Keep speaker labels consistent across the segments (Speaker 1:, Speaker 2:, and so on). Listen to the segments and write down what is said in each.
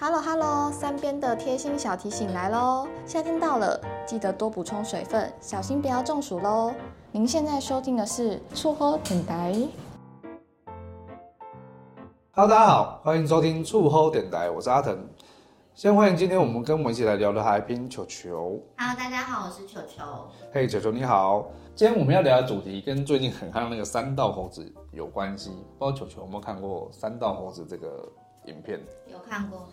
Speaker 1: Hello Hello，三边的贴心小提醒来喽！夏天到了，记得多补充水分，小心不要中暑喽。您现在收听的是《触喝电台》。
Speaker 2: Hello，大家好，欢迎收听触后电台，我是阿腾。先欢迎今天我们跟我们一起来聊的来宾球球。
Speaker 3: Hello，大家好，我是球球。
Speaker 2: 嘿，球球你好。今天我们要聊的主题跟最近很夯的那个三道猴子有关系，不知道球球有没有看过三道猴子这个影片，
Speaker 3: 有看过，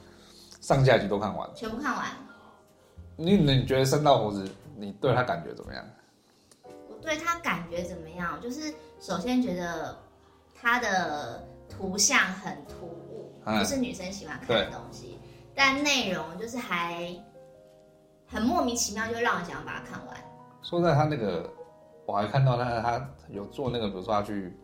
Speaker 2: 上下集都看完。
Speaker 3: 全部看完。
Speaker 2: 你你觉得三道猴子，你对他感觉怎么样？
Speaker 3: 我对他感觉怎么样？就是首先觉得他的图像很突兀，
Speaker 2: 嗯
Speaker 3: 就是女生喜欢看的东西，但内容就是还很莫名其妙，就让我想要把它看完。
Speaker 2: 说在他那个，我还看到他他有做那个，比如说他去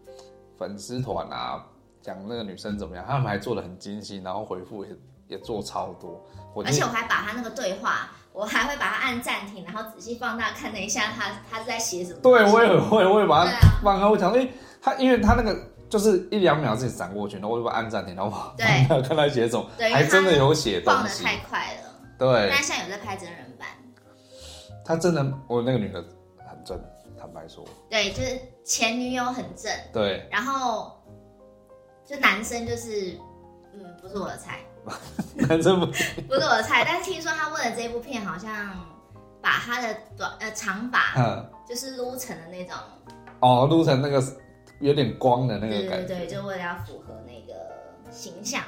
Speaker 2: 粉丝团啊，讲那个女生怎么样，他们还做的很精细，然后回复也也做超多。我
Speaker 3: 而且我还把他那个对话，我还会把它按暂停，然后仔细放大看了一下他他是在写什么。
Speaker 2: 对我也很会，我也把它
Speaker 3: 对啊
Speaker 2: 放开，我想，哎、他因为他那个就是一两秒自己闪过去，然后我就把它按暂停，然后我
Speaker 3: 对
Speaker 2: 放大看他写什么，
Speaker 3: 对因为
Speaker 2: 还真的有写东
Speaker 3: 放的
Speaker 2: 西。
Speaker 3: 太快了，
Speaker 2: 对
Speaker 3: 但现在有在拍真人版，
Speaker 2: 他真的，我那个女的很真，坦白说，
Speaker 3: 对，就是前女友很正。
Speaker 2: 对，
Speaker 3: 然后就男生就是，嗯，不是我的菜，
Speaker 2: 男生不
Speaker 3: 不是我的菜。但是听说他为了这部片，好像把他的短呃长发
Speaker 2: 嗯
Speaker 3: 就是撸成的那种，
Speaker 2: 哦，录成那个有点光的那个
Speaker 3: 对对
Speaker 2: 感觉，
Speaker 3: 对，就为了要符合那个形象。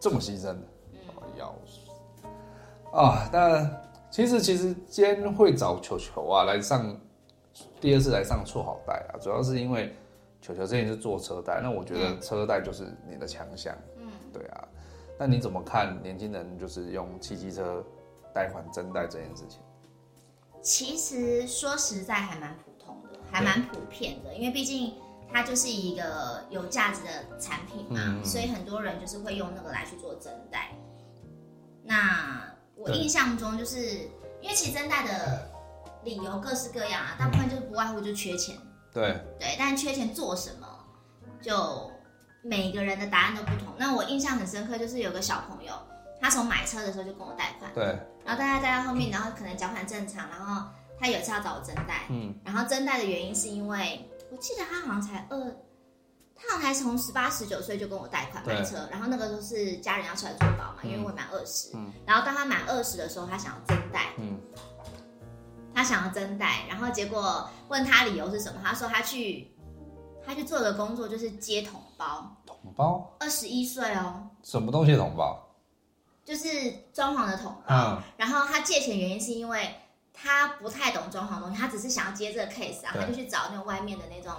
Speaker 2: 这么牺牲的。
Speaker 3: 嗯，
Speaker 2: 要死啊！但其实其实今天会找球球啊来上第二次来上错好带啊，主要是因为球球之前是做车贷，那我觉得车贷就是你的强项，
Speaker 3: 嗯，
Speaker 2: 对啊。那你怎么看年轻人就是用汽机车贷款增贷这件事情？
Speaker 3: 其实说实在还蛮普通的，还蛮普遍的，因为毕竟它就是一个有价值的产品嘛，
Speaker 2: 嗯
Speaker 3: 所以很多人就是会用那个来去做增贷。那我
Speaker 2: 对
Speaker 3: 印象中就是因为其实增贷的理由各式各样啊，大部分就是不外乎就缺钱，
Speaker 2: 对，
Speaker 3: 对，但缺钱做什么，就每个人的答案都不同。那我印象很深刻，就是有个小朋友，他从买车的时候就跟我贷款。
Speaker 2: 对，
Speaker 3: 然后大家在他后面，然后可能缴款正常，然后他有一次要找我增贷，
Speaker 2: 嗯，
Speaker 3: 然后增贷的原因是因为我记得他好像才二，他好像才从十八十九岁就跟我贷款买车，然后那个时候是家人要出来做保嘛，因为我满二十，
Speaker 2: 嗯
Speaker 3: 然后当他满二十的时候，他想要增贷，
Speaker 2: 嗯，
Speaker 3: 他想要增贷，然后结果问他理由是什么，他说他去他去做的工作就是接桶包，
Speaker 2: 桶包
Speaker 3: 二十一岁哦，
Speaker 2: 什么东西的桶包？
Speaker 3: 就是装潢的桶包。
Speaker 2: 嗯，
Speaker 3: 然后他借钱原因是因为他不太懂装潢东西，他只是想要接这个 case 啊，
Speaker 2: 对
Speaker 3: 他就去找那种外面的那种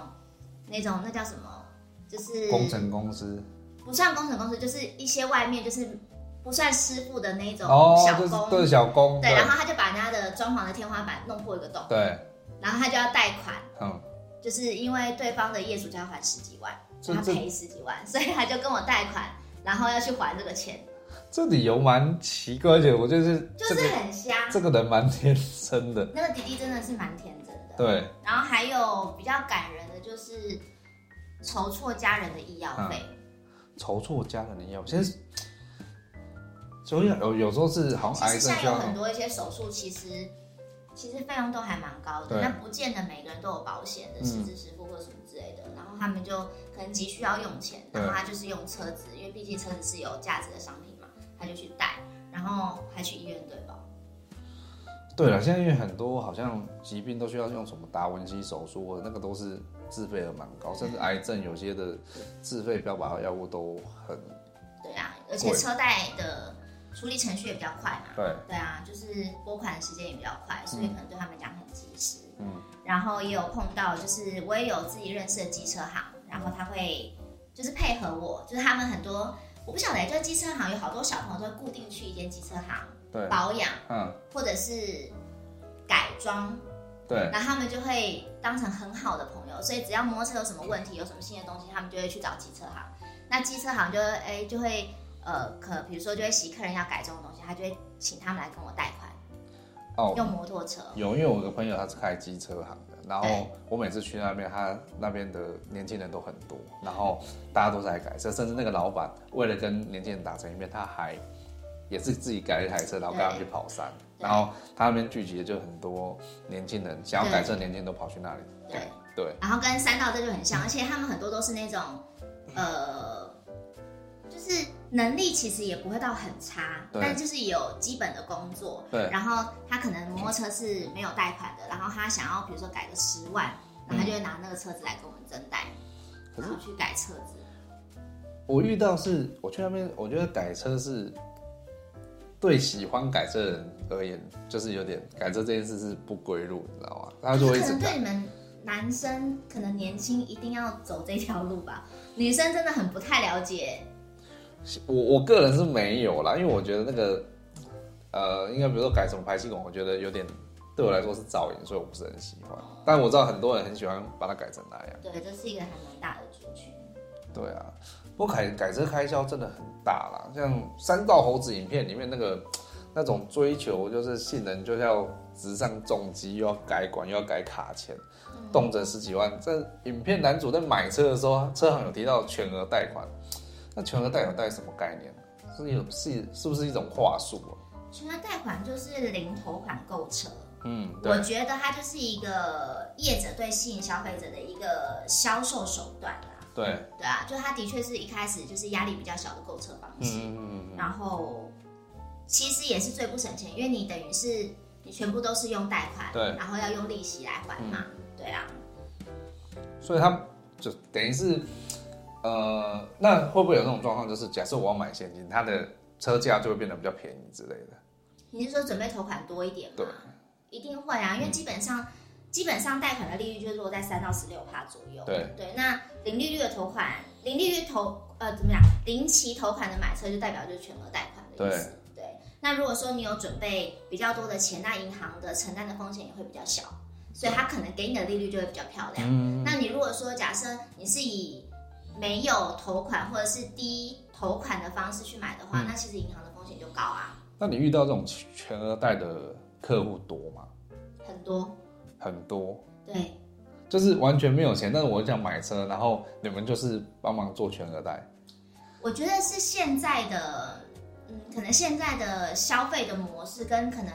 Speaker 3: 那种那叫什么，就是
Speaker 2: 工程公司
Speaker 3: 不算工程公司，就是一些外面就是不算师傅的那种
Speaker 2: 哦，
Speaker 3: 嗯小
Speaker 2: 就
Speaker 3: 工。
Speaker 2: 是对小工，
Speaker 3: 对，
Speaker 2: 对
Speaker 3: 然后他就把人家的装潢的天花板弄破一个洞，
Speaker 2: 对，
Speaker 3: 然后他就要贷款，
Speaker 2: 嗯，
Speaker 3: 就是因为对方的业主就要还十几万，
Speaker 2: 这
Speaker 3: 他
Speaker 2: 这
Speaker 3: 赔十几万， 所以他就跟我贷款，然后要去还这个钱，
Speaker 2: 这理由蛮奇怪，而且我就是
Speaker 3: 就
Speaker 2: 这个
Speaker 3: 是很瞎。
Speaker 2: 这个人蛮天生的，
Speaker 3: 那个弟弟真的是蛮天真的。
Speaker 2: 对，
Speaker 3: 然后还有比较感人的就是筹措家人的医药费，
Speaker 2: 嗯筹措家人的药，其实所以有有时候是好
Speaker 3: 其
Speaker 2: 像癌
Speaker 3: 实
Speaker 2: 症
Speaker 3: 现在
Speaker 2: 需
Speaker 3: 有
Speaker 2: 要
Speaker 3: 很多一些手术，其实其实费用都还蛮高的，
Speaker 2: 对
Speaker 3: 那不见得每个人都有保险的，
Speaker 2: 嗯
Speaker 3: 实支实付或什么之类的。然后他们就可能急需要用钱，
Speaker 2: 对
Speaker 3: 然后他就是用车子，因为毕竟车子是有价值的商品嘛，他就去贷，然后还去医院对吧？
Speaker 2: 对了，现在因为很多好像疾病都需要用什么达文西手术，或者那个都是自费的蛮高，甚至癌症有些的自费标靶药物都很
Speaker 3: 对啊，而且
Speaker 2: 对
Speaker 3: 车贷的处理程序也比较快嘛。
Speaker 2: 对，
Speaker 3: 对啊，就是拨款的时间也比较快，所以可能对他们讲很及时。
Speaker 2: 嗯
Speaker 3: 嗯，然后也有碰到，就是
Speaker 2: 嗯
Speaker 3: 我也有自己认识的机车行，然后他会就是配合我，就是他们很多我不晓得，欸就机车行有好多小朋友都会固定去一间机车行
Speaker 2: 对，
Speaker 3: 保养
Speaker 2: 嗯，
Speaker 3: 或者是改装，
Speaker 2: 对，
Speaker 3: 然后他们就会当成很好的朋友，所以只要摩托车有什么问题，有什么新的东西，他们就会去找机车行。那机车行就会哎就会呃，可比如说就会洗客人要改装的东西，他就会请他们来跟我贷款，
Speaker 2: 哦，
Speaker 3: 用摩托车。
Speaker 2: 有，因为我有个朋友他是开机车行的，然后
Speaker 3: 对
Speaker 2: 我每次去那边，他那边的年轻人都很多，然后大家都在改车，甚至那个老板为了跟年轻人打成一片，他还也是自己改了一台车，然后跟他们去跑山，
Speaker 3: 对
Speaker 2: 然后他那边聚集的就很多年轻人，想要改车的年轻人都跑去那里
Speaker 3: 对
Speaker 2: 改，对，嗯
Speaker 3: 然后跟三道这就很像，而且他们很多都是那种，呃，就是能力其实也不会到很差，
Speaker 2: 对
Speaker 3: 但就是有基本的工作。
Speaker 2: 对
Speaker 3: 然后他可能摩托车是没有贷款的，然后他想要比如说改个十万，然后他就会拿那个车子来跟我们争贷，
Speaker 2: 可
Speaker 3: 然
Speaker 2: 是
Speaker 3: 后去改车子。
Speaker 2: 我遇到是，我去那边，我觉得改车是对喜欢改车的人而言，就是有点改车这件事是不归路，你知道吗？他就
Speaker 3: 就
Speaker 2: 会
Speaker 3: 是
Speaker 2: 一
Speaker 3: 可
Speaker 2: 直
Speaker 3: 能对
Speaker 2: 改。
Speaker 3: 你们男生可能年轻一定要走这条路吧，女生真的很不太了解。
Speaker 2: 我我个人是没有啦，因为我觉得那个呃，应该比如说改什么排气孔，我觉得有点对我来说是噪音，所以我不是很喜欢。但我知道很多人很喜欢把它改成那样。
Speaker 3: 对，这是一个还蛮大的族群。
Speaker 2: 对啊，不过改改车开销真的很大啦，像《三道猴子》影片里面那个那种追求，就是性能就要直上重机，又要改管，又要改卡钳，动辄十几万。这影片男主在买车的时候，车行有提到全额贷款，那全额贷款到底什么概念？是有是是不是一种话术啊？
Speaker 3: 全额贷款就是零头款购车，
Speaker 2: 嗯，对
Speaker 3: 我觉得它就是一个业者对吸引消费者的一个销售手段啦。
Speaker 2: 对，
Speaker 3: 对啊，就它的确是一开始就是压力比较小的购车方式，
Speaker 2: 嗯嗯
Speaker 3: 然后其实也是最不省钱，因为你等于是你全部都是用贷款，
Speaker 2: 对
Speaker 3: 然后要用利息来还嘛，对啊，
Speaker 2: 嗯，所以他就等于是呃，那会不会有那种状况，就是假设我要买现金，它的车价就会变得比较便宜之类的？
Speaker 3: 你是说准备头款多一点吗
Speaker 2: 对？嗯
Speaker 3: 一定会啊，因为基本上、基本上贷款的利率就是落在三到十六趴左右。
Speaker 2: 对
Speaker 3: 那零利率的头款，零利率头呃怎么讲？零期头款的买车就代表就是全额贷款的意思。对那如果说你有准备比较多的钱，那银行的承担的风险也会比较小，所以它可能给你的利率就会比较漂亮。
Speaker 2: 嗯，
Speaker 3: 那你如果说假设你是以没有头款或者是低头款的方式去买的话，
Speaker 2: 嗯
Speaker 3: 那其实银行的风险就高啊，
Speaker 2: 那你遇到这种全额贷的客户多吗？
Speaker 3: 很多。
Speaker 2: 很多，
Speaker 3: 对，
Speaker 2: 就是完全没有钱，但是我想买车，然后你们就是帮忙做全额贷。
Speaker 3: 我觉得是现在的，嗯，可能现在的消费的模式跟可能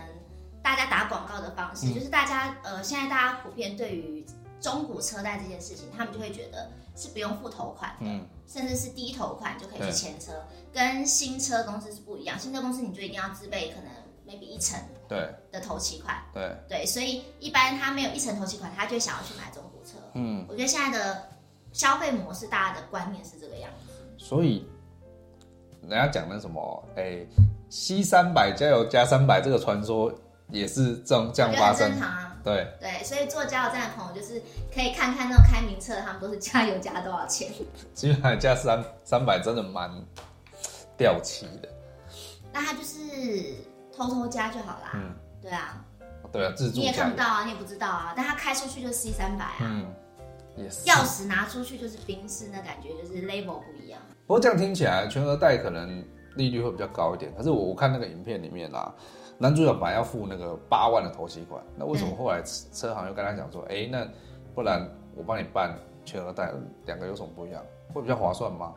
Speaker 3: 大家打广告的方式，
Speaker 2: 嗯
Speaker 3: 就是大家呃，现在大家普遍对于中古车贷这件事情，他们就会觉得是不用付头款，
Speaker 2: 嗯，
Speaker 3: 甚至是低头款就可以去
Speaker 2: 对
Speaker 3: 签车，跟新车公司是不一样。新车公司你就一定要自备可能 maybe 一成
Speaker 2: 对
Speaker 3: 的头期款，
Speaker 2: 对，
Speaker 3: 对，所以一般他没有一成头期款，他就会想要去买中古车。
Speaker 2: 嗯，
Speaker 3: 我觉得现在的消费模式，大家的观念是这个样子。
Speaker 2: 所以人家讲的什么，哎、c 三百加油加三百这个传说也是这样这
Speaker 3: 我
Speaker 2: 样
Speaker 3: 觉得
Speaker 2: 发
Speaker 3: 很
Speaker 2: 生
Speaker 3: 正。常啊，
Speaker 2: 对，
Speaker 3: 对，所以做加油站的朋友就是可以看看那种开名车的，他们都是加油加多少钱。
Speaker 2: 基本上加三三百真的蛮掉漆的。
Speaker 3: 那他就是偷偷加就好啦。
Speaker 2: 嗯
Speaker 3: 对啊，
Speaker 2: 对啊，自助
Speaker 3: 你也
Speaker 2: 加
Speaker 3: 看不
Speaker 2: 油。
Speaker 3: 到啊，你也不知道啊。但他开出去就是 C 三百啊，
Speaker 2: 嗯，也是。
Speaker 3: 钥匙拿出去就是宾士，那感觉就是 label 不一样。
Speaker 2: 不过这样听起来，全额贷可能利率会比较高一点。可是我我看那个影片里面啊，男主角本来要付那个八万的头期款，那为什么后来车车行又跟他讲说，哎、那不然我帮你办全额贷，两个有什么不一样？会比较划算吗？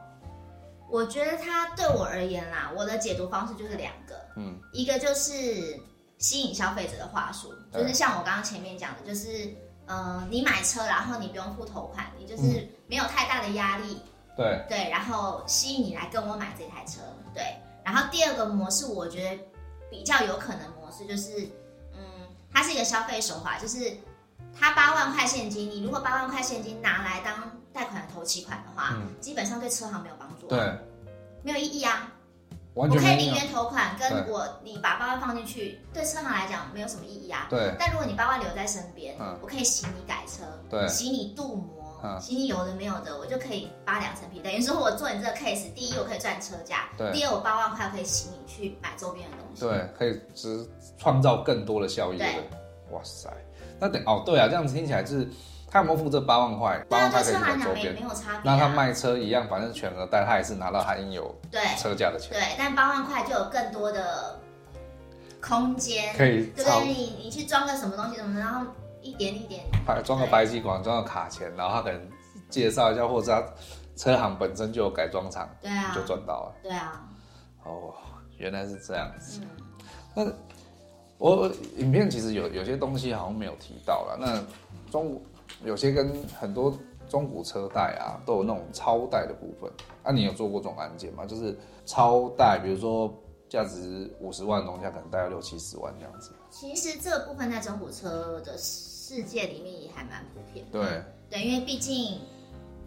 Speaker 3: 我觉得它对我而言啦，我的解读方式就是两个，
Speaker 2: 嗯，
Speaker 3: 一个就是吸引消费者的话术，就是
Speaker 2: 对
Speaker 3: 像我刚刚前面讲的，就是呃，你买车然后你不用付头款，你
Speaker 2: 嗯
Speaker 3: 就是没有太大的压力，
Speaker 2: 对，
Speaker 3: 对，然后吸引你来跟我买这台车，对。然后第二个模式，我觉得比较有可能的模式就是，嗯，它是一个消费手法，就是它八万块现金，你如果八万块现金拿来当贷款的头期款的话，
Speaker 2: 嗯
Speaker 3: 基本上对车行没有帮助，啊
Speaker 2: 对，，
Speaker 3: 没有意义啊。
Speaker 2: 完
Speaker 3: 我
Speaker 2: 全
Speaker 3: 可
Speaker 2: 没
Speaker 3: 以零
Speaker 2: 有。啊
Speaker 3: 元投款，跟
Speaker 2: 对
Speaker 3: 我你把八万放进去，对车行来讲没有什么意义啊。
Speaker 2: 对
Speaker 3: 但如果你八万留在身边
Speaker 2: 嗯，
Speaker 3: 我可以洗你改车，
Speaker 2: 对
Speaker 3: 洗你镀膜，
Speaker 2: 嗯
Speaker 3: 行李有的没有的，我就可以扒两层皮，等于说我做你这个 case，第一我可以赚车价，
Speaker 2: 对
Speaker 3: 第二我八万块可以请你去买周边的东西，
Speaker 2: 对，可以只创造更多的效益，对
Speaker 3: 对
Speaker 2: 不对？哇塞，那等哦，对啊，这样子听起来就是他有没有付这八万块？八
Speaker 3: 对啊，
Speaker 2: 万块可以去买周
Speaker 3: 对车行讲也
Speaker 2: 边
Speaker 3: 没，有差别、啊，
Speaker 2: 那他卖车一样，反正全额贷，他也是拿到他应有
Speaker 3: 对
Speaker 2: 车价的钱，
Speaker 3: 对，但八万块就有更多的空间，
Speaker 2: 可以
Speaker 3: 对不
Speaker 2: 超
Speaker 3: 对？你你去装个什么东西什么的，然后一点一点，
Speaker 2: 白装个白机管，装个卡钳，然后他可能介绍一下，或者他车行本身就有改装厂，
Speaker 3: 对啊
Speaker 2: 就，赚到了。
Speaker 3: 对啊，
Speaker 2: 哦，原来是这样子。
Speaker 3: 嗯，
Speaker 2: 我我影片其实有有些东西好像没有提到了。那中古有些跟很多中古车贷啊，都有那种超贷的部分。那、你有做过这种案件吗？就是超贷，比如说价值五十万的东西，它可能贷到六七十万这样子。
Speaker 3: 其实这部分在中古车的世界里面也还蛮普遍的，
Speaker 2: 对
Speaker 3: 对，因为毕竟，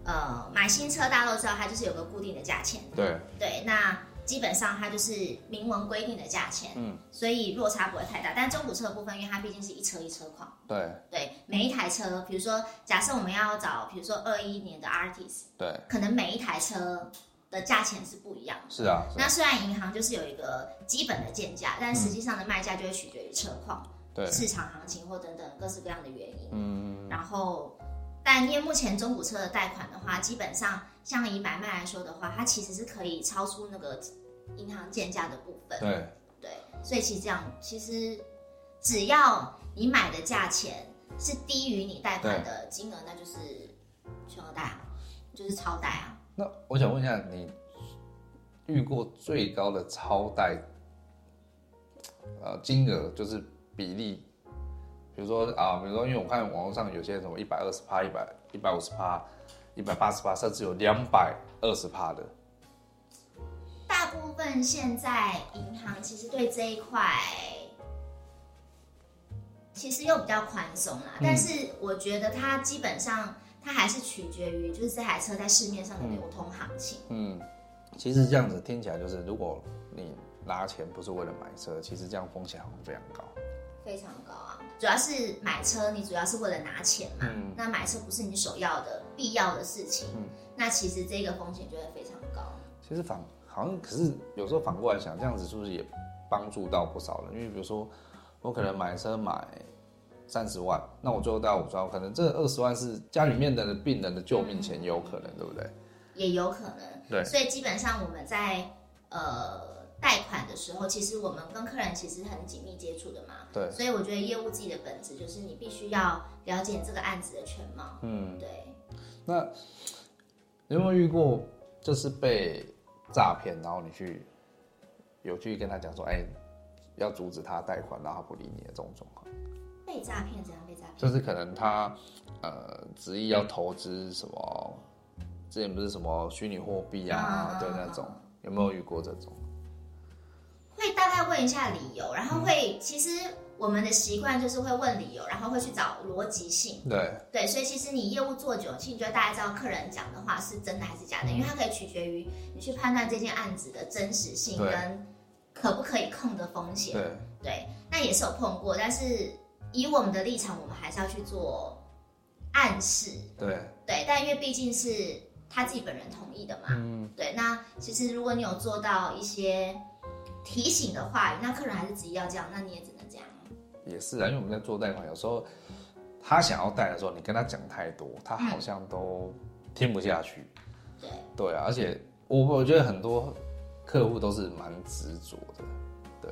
Speaker 3: 呃，买新车大家都知道，它就是有个固定的价钱，
Speaker 2: 对，
Speaker 3: 对，那基本上它就是明文规定的价钱，
Speaker 2: 嗯，
Speaker 3: 所以落差不会太大。但中古车的部分，因为它毕竟是一车一车况，
Speaker 2: 对
Speaker 3: 对，每一台车，比如说假设我们要找，比如说二一年的 Artis，
Speaker 2: 对，
Speaker 3: 可能每一台车的价钱是不一样的。
Speaker 2: 是啊，是啊
Speaker 3: 那虽然银行就是有一个基本的建价，但
Speaker 2: 嗯
Speaker 3: 实际上的卖价就会取决于车况、
Speaker 2: 对，
Speaker 3: 市场行情或等等各式各样的原因。
Speaker 2: 嗯，
Speaker 3: 然后，但因为目前中古车的贷款的话，基本上像以买卖来说的话，它其实是可以超出那个银行建价的部分。
Speaker 2: 对
Speaker 3: 对，所以其实这样，其实只要你买的价钱是低于你贷款的金额，那就是全额贷啊，就是超贷啊。
Speaker 2: 那我想问一下，你遇过最高的超贷呃金额就是比例，比如说啊，比如说，因为我看网络上有些什么一百二十趴、一百一百五十趴、一百八十趴，甚至有两百二十趴的。
Speaker 3: 大部分现在银行其实对这一块其实又比较宽松啦，
Speaker 2: 嗯
Speaker 3: 但是我觉得它基本上它还是取决于就是这台车在市面上的流通行情。
Speaker 2: 嗯，其实这样子听起来就是，如果你拿钱不是为了买车，其实这样风险好像非常高。
Speaker 3: 非常高啊，主要是买车，你主要是为了拿钱嘛。
Speaker 2: 嗯
Speaker 3: 那买车不是你首要的必要的事情，
Speaker 2: 嗯
Speaker 3: 那其实这个风险就会非常高。
Speaker 2: 其实反好像，可是有时候反过来想，这样子是不是也帮助到不少人？因为比如说，我可能买车买三十万，那我最后贷五十万，可能这二十万是家里面的病人的救命钱，也有可能，对不对？
Speaker 3: 也有可能。
Speaker 2: 对
Speaker 3: 所以基本上我们在呃贷款的时候，其实我们跟客人其实很紧密接触的嘛。
Speaker 2: 对
Speaker 3: 所以我觉得业务自己的本质就是你必须要了解这个案子的全貌。
Speaker 2: 嗯，
Speaker 3: 对，
Speaker 2: 那你有没有遇过就是被诈骗，然后你去有去跟他讲说，哎、要阻止他贷款，然后他不理你的这种状况？
Speaker 3: 被诈骗怎样被诈骗？
Speaker 2: 就是可能他呃执意要投资什么，之前不是什么虚拟货币啊，
Speaker 3: 啊
Speaker 2: 对那种，有没有遇过这种？
Speaker 3: 会大概问一下理由，然
Speaker 2: 嗯
Speaker 3: 后会、其实我们的习惯就是会问理由，然后会去找逻辑性。
Speaker 2: 对
Speaker 3: 对，所以其实你业务做久，其实你就大概知道客人讲的话是真的还是假的，
Speaker 2: 嗯
Speaker 3: 因为它可以取决于你去判断这件案子的真实性
Speaker 2: 对
Speaker 3: 跟可不可以控的风险。
Speaker 2: 对，
Speaker 3: 对，那也是有碰过，但是以我们的立场，我们还是要去做暗示。
Speaker 2: 对，
Speaker 3: 对，但因为毕竟是他自己本人同意的嘛，
Speaker 2: 嗯，
Speaker 3: 对。那其实如果你有做到一些提醒的话语，那客人还是执意要这样，那你也只能这样。
Speaker 2: 也是啊，因为我们在做贷款，有时候他想要贷的时候，你跟他讲太多，他好像都听不下去。
Speaker 3: 对，
Speaker 2: 对啊，而且我我觉得很多客户都是蛮执着的，对，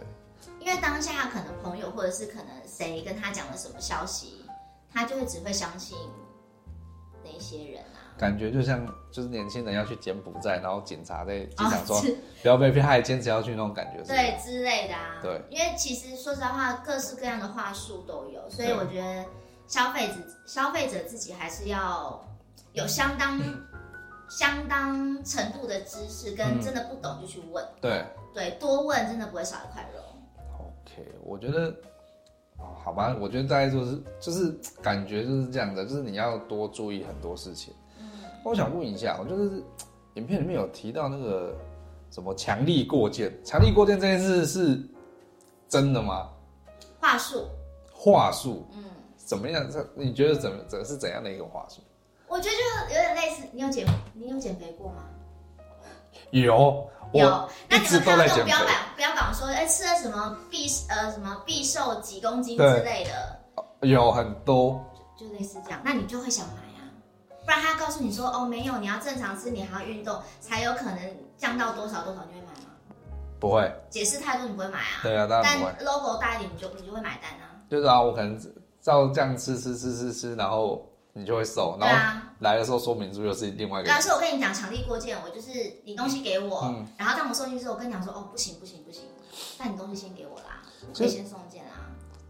Speaker 3: 因为当下可能朋友或者是可能谁跟他讲了什么消息，他就会只会相信那一些人啊。
Speaker 2: 感觉就像就是年轻人要去柬埔寨，然后警察在机场说、
Speaker 3: 哦是
Speaker 2: 不要被骗，他还坚持要去那种感觉是不是。
Speaker 3: 对之类的啊。
Speaker 2: 对，
Speaker 3: 因为其实说实在话，各式各样的话术都有，所以
Speaker 2: 对
Speaker 3: 我觉得消费者消费者自己还是要有相当、相当程度的知识，跟
Speaker 2: 嗯
Speaker 3: 真的不懂就去问，
Speaker 2: 对。
Speaker 3: 对，多问真的不会少一块肉。
Speaker 2: OK，我觉得，哦，好吧，我觉得大概就是就是感觉就是这样的，就是你要多注意很多事情。
Speaker 3: 嗯
Speaker 2: 我想问一下，我就是影片里面有提到那个什么强力过件，强力过件这件事是真的吗？
Speaker 3: 话术，
Speaker 2: 话术
Speaker 3: 嗯，
Speaker 2: 怎么样？这你觉得怎么怎是怎样的一个话术？
Speaker 3: 我觉得就有点类似，你有减你有减肥过吗？
Speaker 2: 有，我
Speaker 3: 有，那
Speaker 2: 一
Speaker 3: 你
Speaker 2: 直
Speaker 3: 们
Speaker 2: 都
Speaker 3: 看到
Speaker 2: 在
Speaker 3: 那
Speaker 2: 减肥
Speaker 3: 种标。榜标榜说，哎、吃了什么必呃什么必瘦几公斤之类的，
Speaker 2: 有很多，
Speaker 3: 就类似这样，那你就会想买啊。不然他告诉你说，哦，没有，你要正常吃，你还要运动，才有可能降到多少多少，你会买吗？
Speaker 2: 不会，
Speaker 3: 解释太多你不会买啊。
Speaker 2: 对啊，当然
Speaker 3: 但
Speaker 2: 不会。
Speaker 3: logo 大一点，你就你就会买单啊。
Speaker 2: 就是啊，我可能照这样吃吃吃吃吃，然后你就会瘦，
Speaker 3: 对
Speaker 2: 然后
Speaker 3: 啊，
Speaker 2: 来的时候说明书又是另外一个
Speaker 3: 对啊，所以我跟你讲，强力过件，我就是你东西给我，
Speaker 2: 嗯
Speaker 3: 然后当我送进去之后，我跟你讲说，哦，不行不行不行，那你东西先给我啦，我可以先送件啦。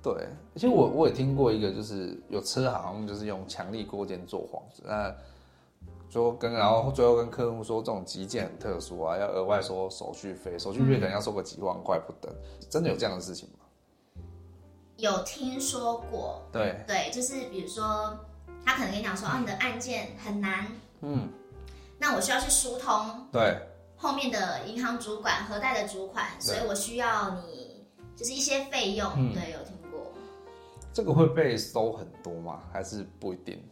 Speaker 2: 对，其实我我也听过一个，就是有车行就是用强力锅件做幌子，那最后跟然后最后跟客户说这种急件很特殊啊，要额外收手续费，手续费可能要收个几万块不等，真的有这样的事情吗？
Speaker 3: 有听说过，
Speaker 2: 对，
Speaker 3: 对，就是比如说，他可能跟你讲说，啊，你的案件很难，
Speaker 2: 嗯，
Speaker 3: 那我需要去疏通
Speaker 2: 对，
Speaker 3: 后面的银行主管、核贷的主管，
Speaker 2: 对
Speaker 3: 所以我需要你就是一些费用。
Speaker 2: 嗯
Speaker 3: 对，有听过，
Speaker 2: 这个会被收很多吗？还是不一定？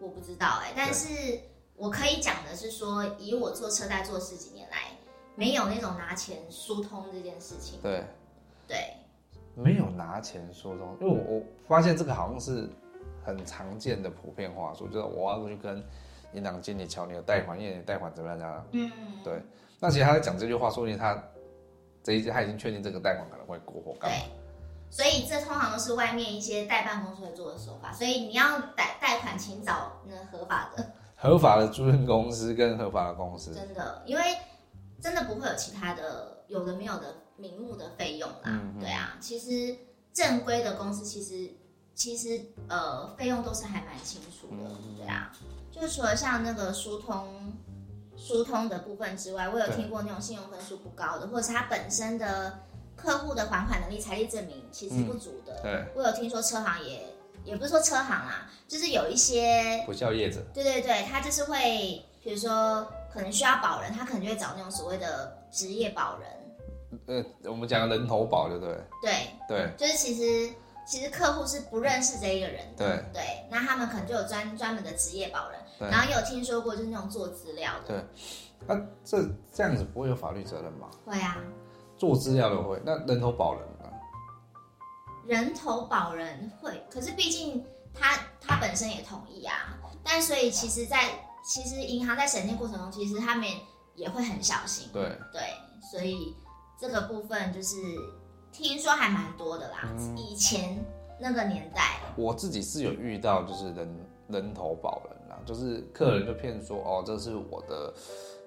Speaker 3: 我不知道哎、但是我可以讲的是说，以我做车贷做十几年来，没有那种拿钱疏通这件事情。
Speaker 2: 对，
Speaker 3: 对，
Speaker 2: 没有拿钱说东西，因为我我发现这个好像是很常见的普遍话术，就是我要去跟银行经理瞧你的贷款，因为你贷款怎么样怎么样。
Speaker 3: 嗯，
Speaker 2: 对那其实他在讲这句话，说明他这一他已经确定这个贷款可能会过或干嘛。
Speaker 3: 对。所以这通常都是外面一些代办公司会做的手法，所以你要贷贷款，请找那合法的。
Speaker 2: 合法的租赁公司跟合法的公司，
Speaker 3: 真的，因为真的不会有其他的有的没有的名目的费用啦。
Speaker 2: 嗯嗯
Speaker 3: 对啊，其实正规的公司其实其实呃费用都是还蛮清楚的。
Speaker 2: 嗯
Speaker 3: 对啊，就除了像那个疏通疏通的部分之外，我有
Speaker 2: 对
Speaker 3: 听过那种信用分数不高的，或者是他本身的客户的还款能力、财力证明其
Speaker 2: 嗯
Speaker 3: 实不足的。
Speaker 2: 对，
Speaker 3: 我有听说车行也也不是说车行啦，就是有一些
Speaker 2: 不孝业者，
Speaker 3: 对对对，他就是会，比如说可能需要保人，他可能就会找那种所谓的职业保人。
Speaker 2: 呃，我们讲人头保，对不对？
Speaker 3: 对，
Speaker 2: 对
Speaker 3: 就是其实其实客户是不认识这一个人的，
Speaker 2: 对
Speaker 3: 对，那他们可能就有专专门的职业保人，
Speaker 2: 对
Speaker 3: 然后也有听说过就是那种做资料的，
Speaker 2: 那这这样子不会有法律责任吗？
Speaker 3: 会啊，
Speaker 2: 做资料的会，那人头保人呢？
Speaker 3: 人头保人会，可是毕竟他他本身也同意啊，但所以其实在，其实银行在审定过程中，其实他们也会很小心，
Speaker 2: 对，
Speaker 3: 对，所以这个部分就是听说还蛮多的啦。
Speaker 2: 嗯
Speaker 3: 以前那个年代，
Speaker 2: 我自己是有遇到，就是人人头保人啦，就是客人就骗说哦，这是我的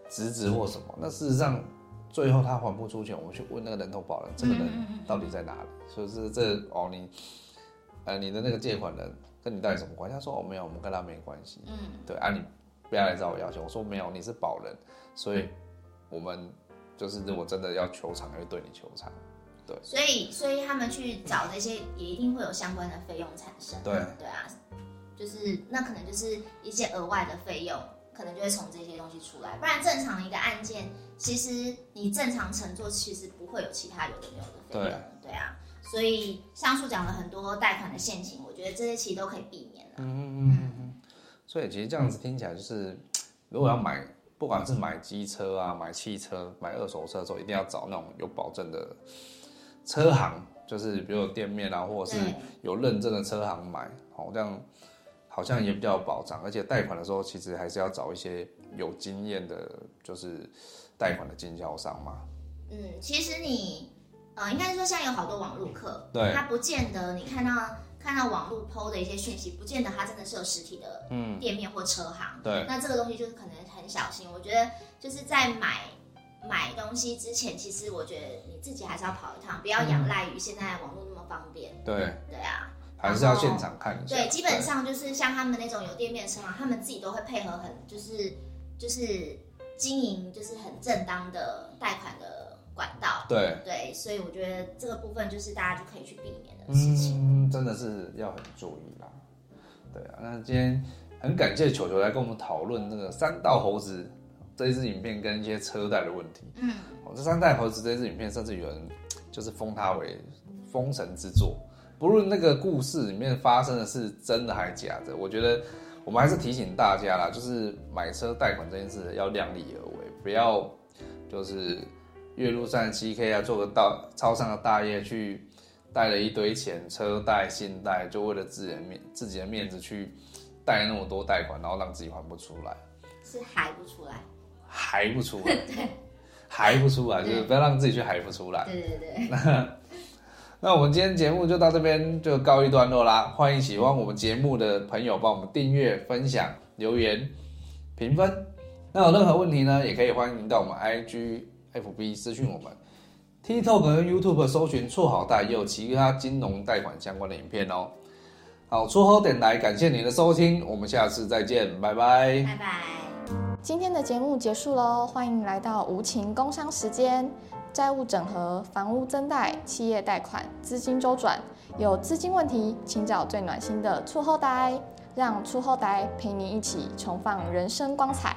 Speaker 2: 侄子或什么，那事实上最后他还不出钱，我去问那个人头保人，这个人
Speaker 3: 嗯嗯嗯嗯
Speaker 2: 到底在哪里？所以是这哦，你呃你的那个借款人跟你到底什么关系？他说哦没有，我们跟他没关系。
Speaker 3: 嗯，
Speaker 2: 对啊，你不要来找我要钱。我说没有，你是保人，所
Speaker 3: 嗯
Speaker 2: 以我们就是如果真的要求偿，会对你求偿。
Speaker 3: 所以所以他们去找这些，也一定会有相关的费用产生。
Speaker 2: 对
Speaker 3: 对啊，就是那可能就是一些额外的费用，可能就会从这些东西出来。不然正常一个案件，其实你正常乘坐，其实不会有其他有的没有的费用。对啊，所以上述讲了很多贷款的陷阱，我觉得这些其实都可以避免了。
Speaker 2: 嗯嗯嗯。所以其实这
Speaker 3: 嗯
Speaker 2: 样子听起来就是，如果要买，不管是买机车啊、买汽车、买二手车的时候，一定要找那种有保证的车行，就是比如有店面啊，或者是
Speaker 3: 嗯对。
Speaker 2: 有认证的车行买，好像好像也比较有保障。而且贷款的时候，其实还是要找一些有经验的，就是贷款的经销商嘛。
Speaker 3: 嗯，其实你，呃，应该是说现在有好多网络课，
Speaker 2: 对
Speaker 3: 它不见得你看到看到网络 PO 的一些讯息，不见得它真的是有实体的
Speaker 2: 嗯，
Speaker 3: 店面或车行。
Speaker 2: 对
Speaker 3: 那这个东西就是可能很小心，我觉得就是在买买东西之前，其实我觉得你自己还是要跑一趟，不要
Speaker 2: 嗯
Speaker 3: 仰赖于现在网络那么方便。
Speaker 2: 对，
Speaker 3: 对啊，
Speaker 2: 还是啊要现场看一下。
Speaker 3: 对，基本上就是像他们那种有店面的车行，他们自己都会配合很就是就是经营就是很正当的贷款的管道。
Speaker 2: 对，
Speaker 3: 对，所以我觉得这个部分就是大家就可以去避免的事情。
Speaker 2: 嗯，真的是要很注意啦。对啊，那今天很感谢球球来跟我们讨论这个三道猴子这一支影片跟一些车贷的问题。
Speaker 3: 嗯，
Speaker 2: 哦，这三代猴子这支影片，甚至有人就是封它为封神之作。不论那个故事里面发生的是真的还假的，我觉得我们还是提醒大家啦，就是买车贷款这件事要量力而为，不要就是月入三十七 K 啊，做个大超商的大业去贷了一堆钱，车贷、信贷，就为了自己的面自己的面子去贷那么多贷款，然后让自己还不出来，
Speaker 3: 是还不出来。
Speaker 2: 还不出来，还不出来，就是不要让自己去还不出来。
Speaker 3: 对对对。
Speaker 2: 那我们今天节目就到这边就告一段落啦。欢迎喜欢我们节目的朋友帮我们订阅、分享、留言、评分。那有任何问题呢，也可以欢迎到我们 IG、FB 私讯我们。TikTok 跟 YouTube 搜寻“绰好贷”，也有其他金融贷款相关的影片哦。好，绰好点来，感谢您的收听，我们下次再见，拜拜。
Speaker 3: 拜拜。
Speaker 1: 今天的节目结束喽，欢迎来到无情工商时间。债务整合、房屋增贷、企业贷款、资金周转，有资金问题，请找最暖心的出后呆，让出后呆陪您一起重放人生光彩。